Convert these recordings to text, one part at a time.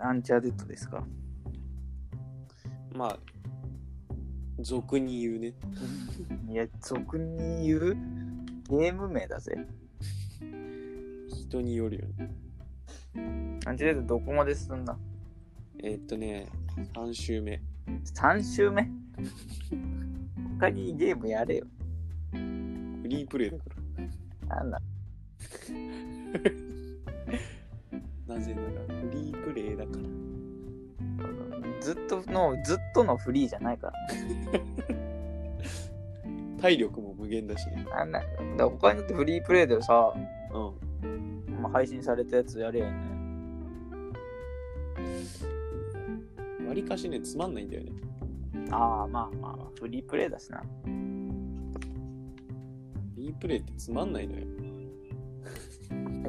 アンチャーテッドですか。まあ、俗に言うね。いや、俗に言うゲーム名だぜ。人によるよね。アンチャーテッドどこまで進んだえーっとね、3週目。 ?3 週目他にゲームやれよ。リープレイだかなんだ。ら。なぜなら、リープレイだから。ずっとの、ずっとのフリーじゃないから。体力も無限だしね。なんだだから他にだってフリープレイでさ、うまあ、配信されたやつやれよね。ん。わりかしね、つまんないんだよね。ああ、まあまあまあ、フリープレイだしな。リープレイってつまんないのよ。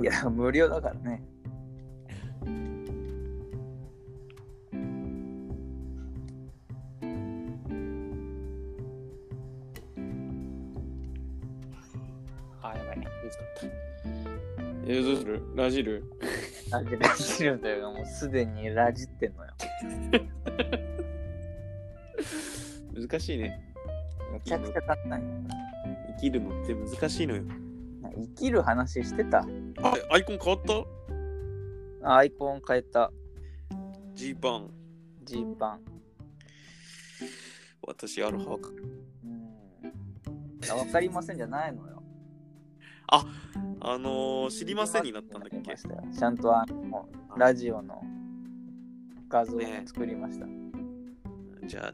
いや、無料だからね。あー、やばい。見つかった。えー、どうするラジルラジラジるんだよ。もうすでにラジってんのよ。難しいね。めちゃくちゃ簡単よ。生きるのって難しいのよ。生きる話してた。あれアイコン変わったアイコン変えた。ジーパン。ジーパン。私、アロハか。うん。いやわかりませんじゃないのよ。あのー、知りませんになったんだ知っりけませんになりましたよちゃんとあのラジオの画像を作りました。じゃあ、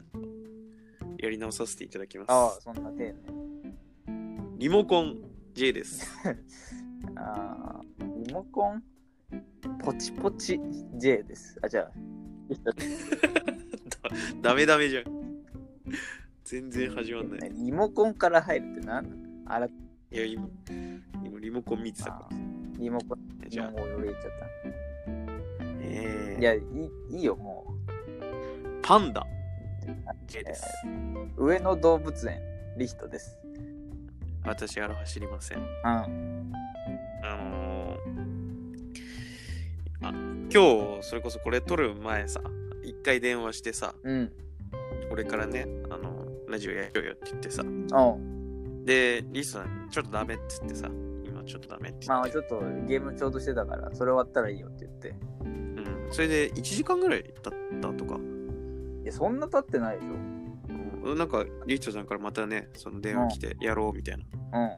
やり直させていただきます。ああ、そんな丁寧。リモコン J です。ああ、リモコンポチポチ J です。あ、じゃあ。ダメダメじゃん。全然始まんない。リモコンから入るってなんあらいや、今、今リモコン見てたかリモコンら。じのゃあ、方を入れちゃった。えー、いや、いいいいよ、もパンダ J です。う。上野動物園、リヒトです。私、アロハ知りません。うん。あのーあ今日それこそこれ撮る前さ一回電話してさうん。俺からねあのラジオやろうよって言ってさおうでリスさんちょっとダメって言ってさ今ちょっとダメって言まっあ、て、ちょっとゲームちょうどしてたから、それ終わったらいいよって言って。うん、それで1時間ぐらい経ったとか、いや、そんな経ってないでしょ。うんなんかリスさんからまたねその電話来てやろうみたいなうん。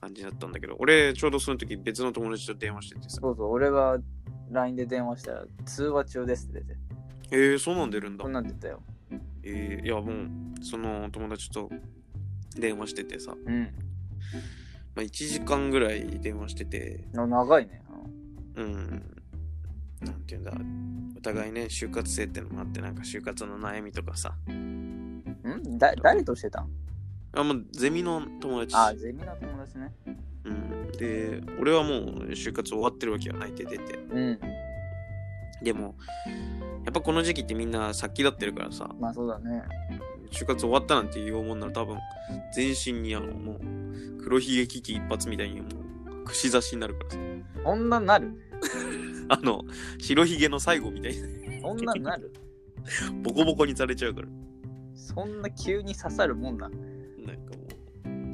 感じだったんだけど俺ちょうどその時別の友達と電話しててさそうそう、俺が LINE で電話したら、通話中ですって出て。えー、そうなんでるんだそんなん出たよ。えー、いやもうその友達と電話しててさうん。まあ、1時間ぐらい電話してて、の長いね。うん、なんていうんだ、お互いね、就活生ってのもあって、なんか就活の悩みとかさ、うん。んだ誰としてたんあもうゼミの友達、あ、ゼミの友達ね。うん、で、俺はもう就活終わってるわけよ、内定出て。うん。でも、やっぱこの時期ってみんな先立ってるからさ、まあそうだね。就活終わったなんて言おうもんなら多分、全身にあの、もう、黒ひげ危機一発みたいに、もう、串刺しになるからさ、そんななるあの、白ひげの最後みたいに、そんななるボコボコにされちゃうから。そんな急に刺さるもんなんなんか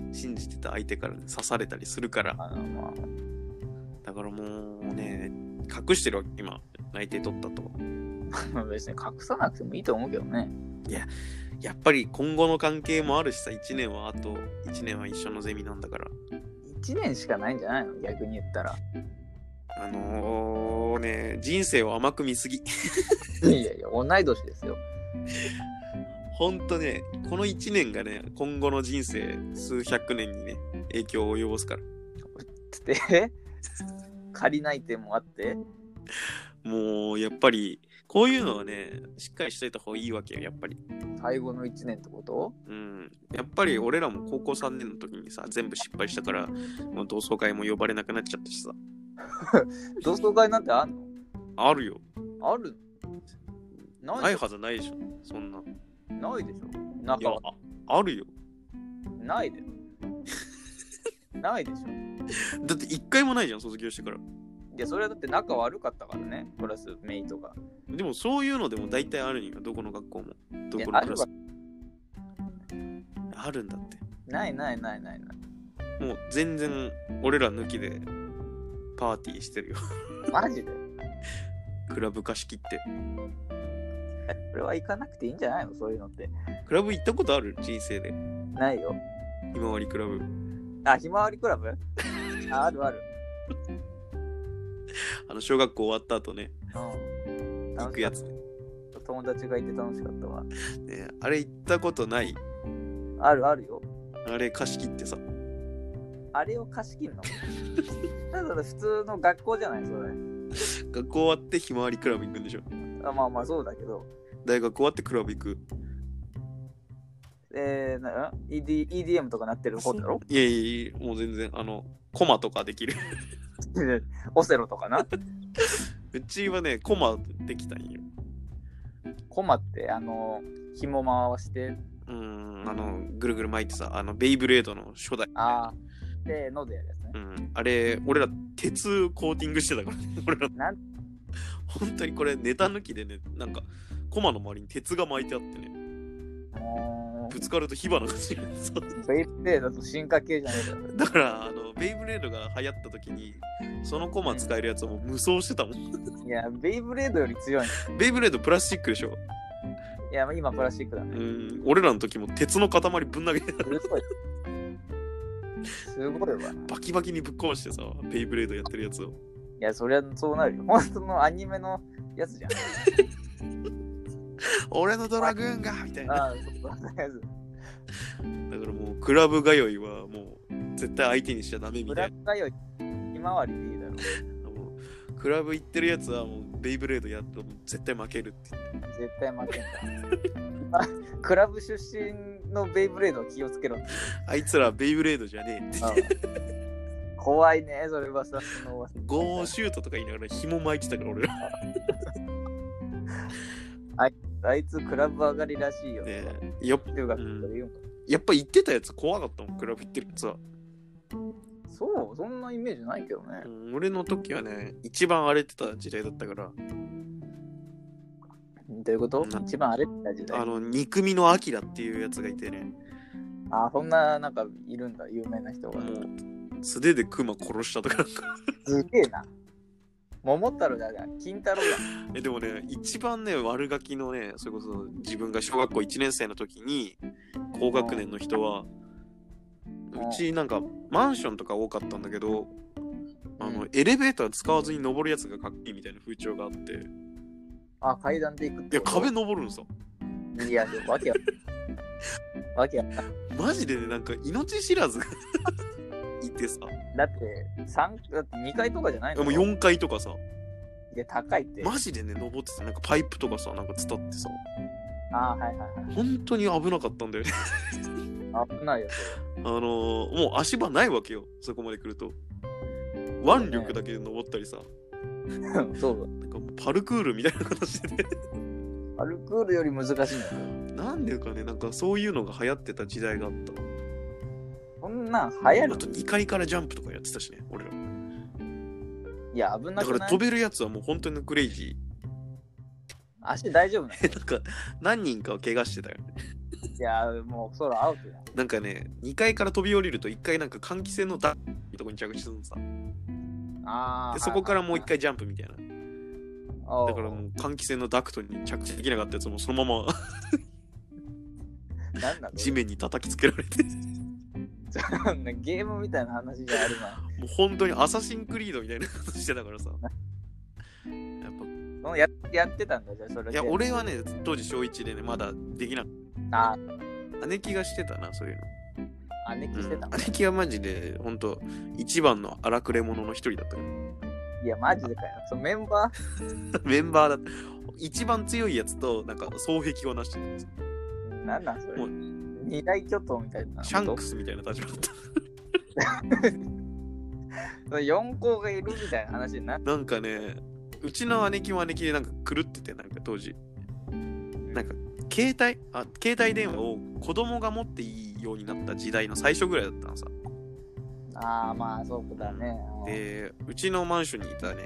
もう、信じてた相手から、ね、刺されたりするから、あのまあだからもうね、隠してるわけ、今、内定取ったと。まあ別に隠さなくてもいいと思うけどね。やっぱり今後の関係もあるしさ、1年はあと、1年は一緒のゼミなんだから。 1年しかないんじゃないの逆に言ったら。あのー、ね、人生を甘く見すぎ。 いやいやいや、同い年ですよ。ほんとね、この1年がね、今後の人生、数百年にね、影響を及ぼすから。つって、 え仮内定もあって、もう、やっぱり、こういうのはね、しっかりしといた方がいいわけよ、やっぱり。最後の1年ってことうん、やっぱり俺らも高校3年の時にさ全部失敗したからもう同窓会も呼ばれなくなっちゃったしさ同窓会なんてあんのあるよあるのなないいはずないでしょそんなないでしょい仲やはああるよない でしょ。ないでしょ。だって1回もないじゃん卒業してからいや、それはだって仲悪かったからね、クラスメイトが。でもそういうのでも大体あるんよ、どこの学校も。どいやこのあクるラわスも。あるんだって。ないないないないない。もう全然俺ら抜きでパーティーしてるよ。 マジで クラブ貸し切って。それは行かなくていいんじゃないのそういうのって。クラブ行ったことある人生で。ないよ。ひまわりクラブ。あ、ひまわりクラ ブああるある。あの、小学校終わった後ね、うん。行楽くしかやっつね。た。友達がいて楽しかったわ。ねあれ行ったことない。あるあるよ。あれ貸し切ってさ。あれを貸し切る のただ普通の学校じゃないそれ。学校終わってひまわりクラブ行くんでしょ。あまあまあそうだけど。大学終わってクラブ行く。えー、な ED EDM とかなってる方だ ろいやいやいや、もう全然、あの、コマとかできる。 オセロとかなうちはね、コマできたんよ。コマってあの紐回してうーん、あの、ぐるぐる巻いてさ、あの、ベイブレードの初代。ああせーのでやるやつねうん、あれ、俺ら鉄コーティングしてたからね。 俺らなん本当にこれネタ抜きでね、なんか、コマの周りに鉄が巻いてあってね、もぶつかると火花が散る。そう うベイブレードと進化系じゃねえかだから、あの、ベイブレードが流行った時に、そのコマ使えるやつをもう無双してたもん。いやベイブレードより強いのベイブレードプラスチックでしょ。いや今プラスチックだうねん、俺らの時も鉄の塊ぶん投げて、すごいすごいわいバキバキにぶっ壊してさ、ベイブレードやってるやつを。やそりゃそうなるよ本当のアニメのやつじゃん俺のドラグーンがみたいな。ああ そうそうやつだからもう、クラブ通いはもう、絶対相手にしちゃダメみブたラいな。ックよりひまわりでいいだろもうクラブ行ってるやつはもう、ベイブレードやったらもう絶対負けるって。絶対負けんだ クラブ出身のベイブレードは気を つけろってあいつらベイブレードじゃねえって。怖いねそれはさその噂ゴーシュートとか言いながら紐巻いてたから俺ら。あいつクラブ上がりらしいよ、ねやっ中学とかで言うんかやっぱ行ってたやつ怖かったもん、クラブ行ってるやつは。そうそんなイメージないけどねうん俺の時はね、一番荒れてた時代だったから、どういうことうん一番あれってた時代あの、憎みのアキラっていうやつがいてね、あそんななんかいるんだ有名な人がもう素手でクマ殺したとかなんか。すげえな桃太郎だな金太郎だえでもね、一番ね、悪ガキのね、それこそ自分が小学校1年生の時に、高学年の人は、んうちなんかマンションとか多かったんだけど、あうの、エレベーター使わずに登るやつがかっこいいみたいな風潮があって、いあ階段で行くってや、こと壁登るんさ。いやでもわけわ わけわかんないマジでね、なんか命知らず いてさ、だって三だって2階とかじゃないものう4階とかさ、いや高いってマジでね、登ってさ、なんかパイプとかさ、なんか伝ってさ、あーはいはいはい本当に危なかったんだよね。危ないよ、そ あのーもう足場ないわけよ、そこまで来ると。腕力だけで登ったりさ、れ。そうそう。なんかもうパルクールみたいな形で、パルクールより難しいんだよ。なんでかね、なんかそういうのが流行ってた時代があった。そんなん流行あると2階からジャンプとかやってたしね、俺ら。いや、危なだかくらない飛べるやつはもう本当にクレイジ足大丈夫なのー。なんか何人かは怪我してたよね。いや、もうそろアウトだ。なんかね、2階から飛び降りると1回なんか換気扇のダッてとこに着地するのさ。ああ。で、そこからもう1回。回ジャンプみたいな。だからもう換気扇のダクトに着地できなかったやつもそのままう、なんだろう地面に叩きつけられて。そんなゲームみたいな話じゃあるな。もう本当にアサシンクリードみたいなことしてたからさ。やっそのややってたんだ、じゃあそぱれ。いや、。俺はね、当時小1でね、まだできなかっあた。姉貴がしてたな、そういうの。あ、姉貴うしんてたの、姉貴はマジで、本当一番の荒くれ者の一人だったから。 いや、マジでかよ。そのメンバメンバーだった。一番強いやつと、なんか、双璧をなしてたんですよーなんなんそれもう。二大巨頭みたいな。シャンクスみたいな立場だった。 4校がいるみたいな話になる。なんかね、うちの姉貴も姉貴でなんか狂ってて、なんか当時。なんか、携帯、あ、携帯電話を子供が持っていいようになった時代の最初ぐらいだったのさ。ああ、まあ、そうだね。でうちのマンションにいたね、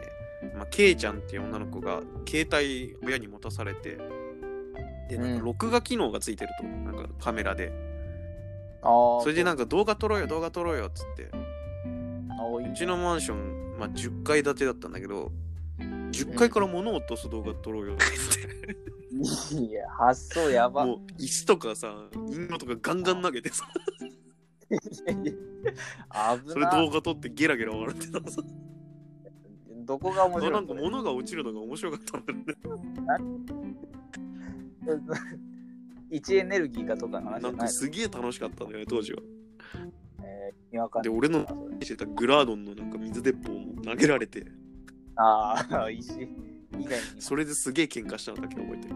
まあ、ケイちゃんっていう女の子が携帯親に持たされてでなんうんか録画機能がついてると、なんかカメラであーそれでなんか動画撮ろうよ動画撮ろうよっつってあー、いうちのマンション、まあ、10階建てだったんだけど10階から物を落とす動画撮ろうよって言っていいや、発想やば。 もう椅子とかさインゴとかガンガン投げてさいやいやそ危れ動な。画撮ってゲラゲラ笑ってたさどこが面白いなんかそれ物が落ちるのが面白かったんだよね 位置エネルギーかとかの話じなゃないんかのすげえ楽しかったんだよね当時はえー、にわかんでない俺のなそれしてたグラードンのなんか水鉄砲も投げられてああ、 石以外に。それですげえ喧嘩したのだけ覚えてる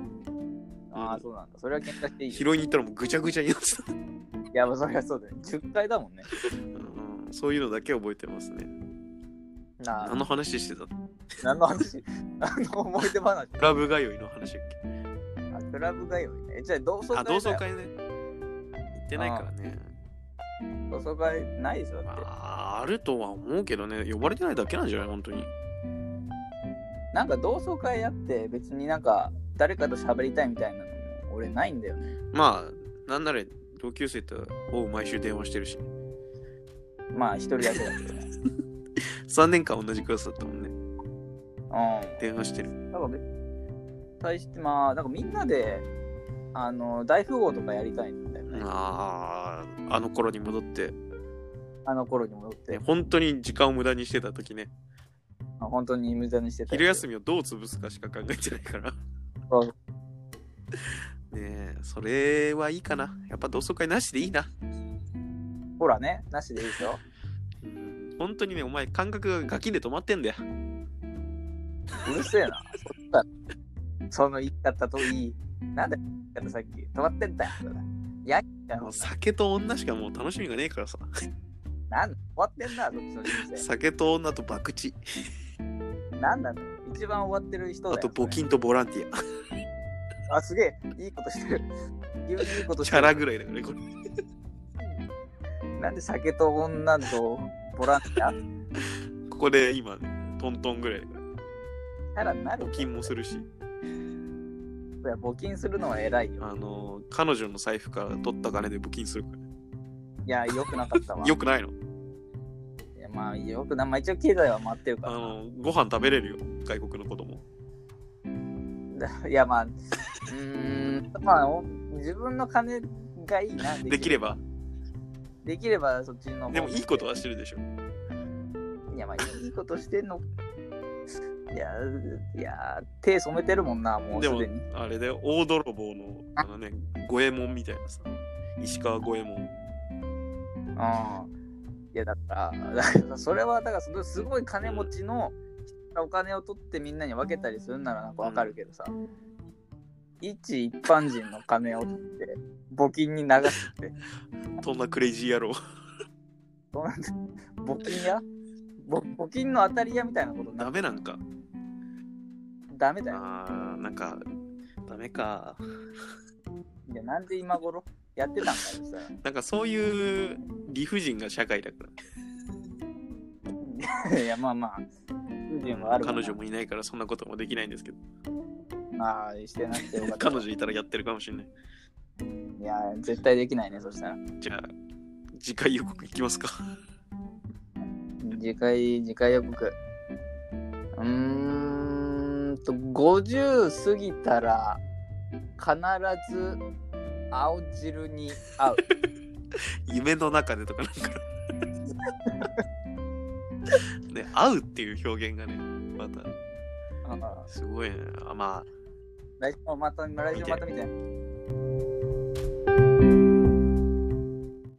ああ、そうなんだ。それは喧嘩していいよ。拾いに行ったらもうぐちゃぐちゃになって た、いや、まあそれはそうだよ。10回だもんね。うん、そういうのだけ覚えてますねなあ何の話してた何の話 あの思い出話 クラブ通いの話だっけあクラブがよね。えじゃあ同窓あ会だ同よ窓会ね行ってないからね同窓会ないでしょだって。あーあるとは思うけどね呼ばれてないだけなんじゃない本当になんか同窓会やって別になんか誰かと喋りたいみたいなのも俺ないんだよね。まあなんなら同級生とほぼ毎週電話してるしまあ一人だけ だけどね。 3年間同じクラスだったもんねう電話してるん。なんか別対してまあなんかみんなであの大富豪とかやりたいんだよね。あーあの頃に戻って、あの頃に戻ってね、。本当に時間を無駄にしてた時ねまあ本当に無駄にしてた。昼休み。みをどう潰すかしか考えてないからねそうえそれはいいかなやっぱ同窓会なしでいいなほらね、なしでいいでしょ。うん本当にねお前感覚がガキで止まってんだようるせえな。そんなその言い方といい。なんで言い方さっき止まってんだよ。やっちゃもうう酒と女しかもう楽しみがねえからさなんだ終わってんな、そっちの人酒と女と博打生。なんなんだよ一番終わってる人だあよ。とそ募れ。金とボランティアあ、すげえ。いいことしてる。急にいいことしチてャラる。ぐらいだからねこれなんで酒と女とボランティアキここで今ねトントンぐらいだからャラになる募金もするしいや募金するのは偉いよ。あの彼女の財布から取った金で募金するかいや、良くなかったわ。らよくないのいやまあ、良くな、まあ一応経済は回ってるかあらな。のご飯食べれるよ外国の子供 いやまあ、うーん、まあ、お自分の金がいいな。 できればできればそっちの方でもいいことはしてるでしょいやまあいいことしてんの いやいや手染めてるもんなもうですもでにあれだよ大泥棒のあのね五右衛門みたいなさ石川五右衛門うんいやだからだから それはだからそのすごい金持ちのお金を取ってみんなに分けたりするならなんかわかるけどさ、一一般人の金を取って募金に流すってそんなクレイジー野郎どうなんだ募金やぼ募金の当たり屋みたいなことな ダメなんかダメだよあーなんかダメかいやなんで今頃やってたんかよさ なんかそういう理不尽が社会だからいやまあまあ、主人はある彼女もいないからそんなこともできないんですけどまあしてなくてよかった。彼女いたらやってるかもしれないいや、絶対できないね、そしたら。じゃあ次回予告いきますか 次回、次回予告。うーんと、50過ぎたら、必ず青汁に合 う。夢の中でとかなん かね会うっていう表現がねまたうんすごいねあまあ来週もまた、来週もまた見て。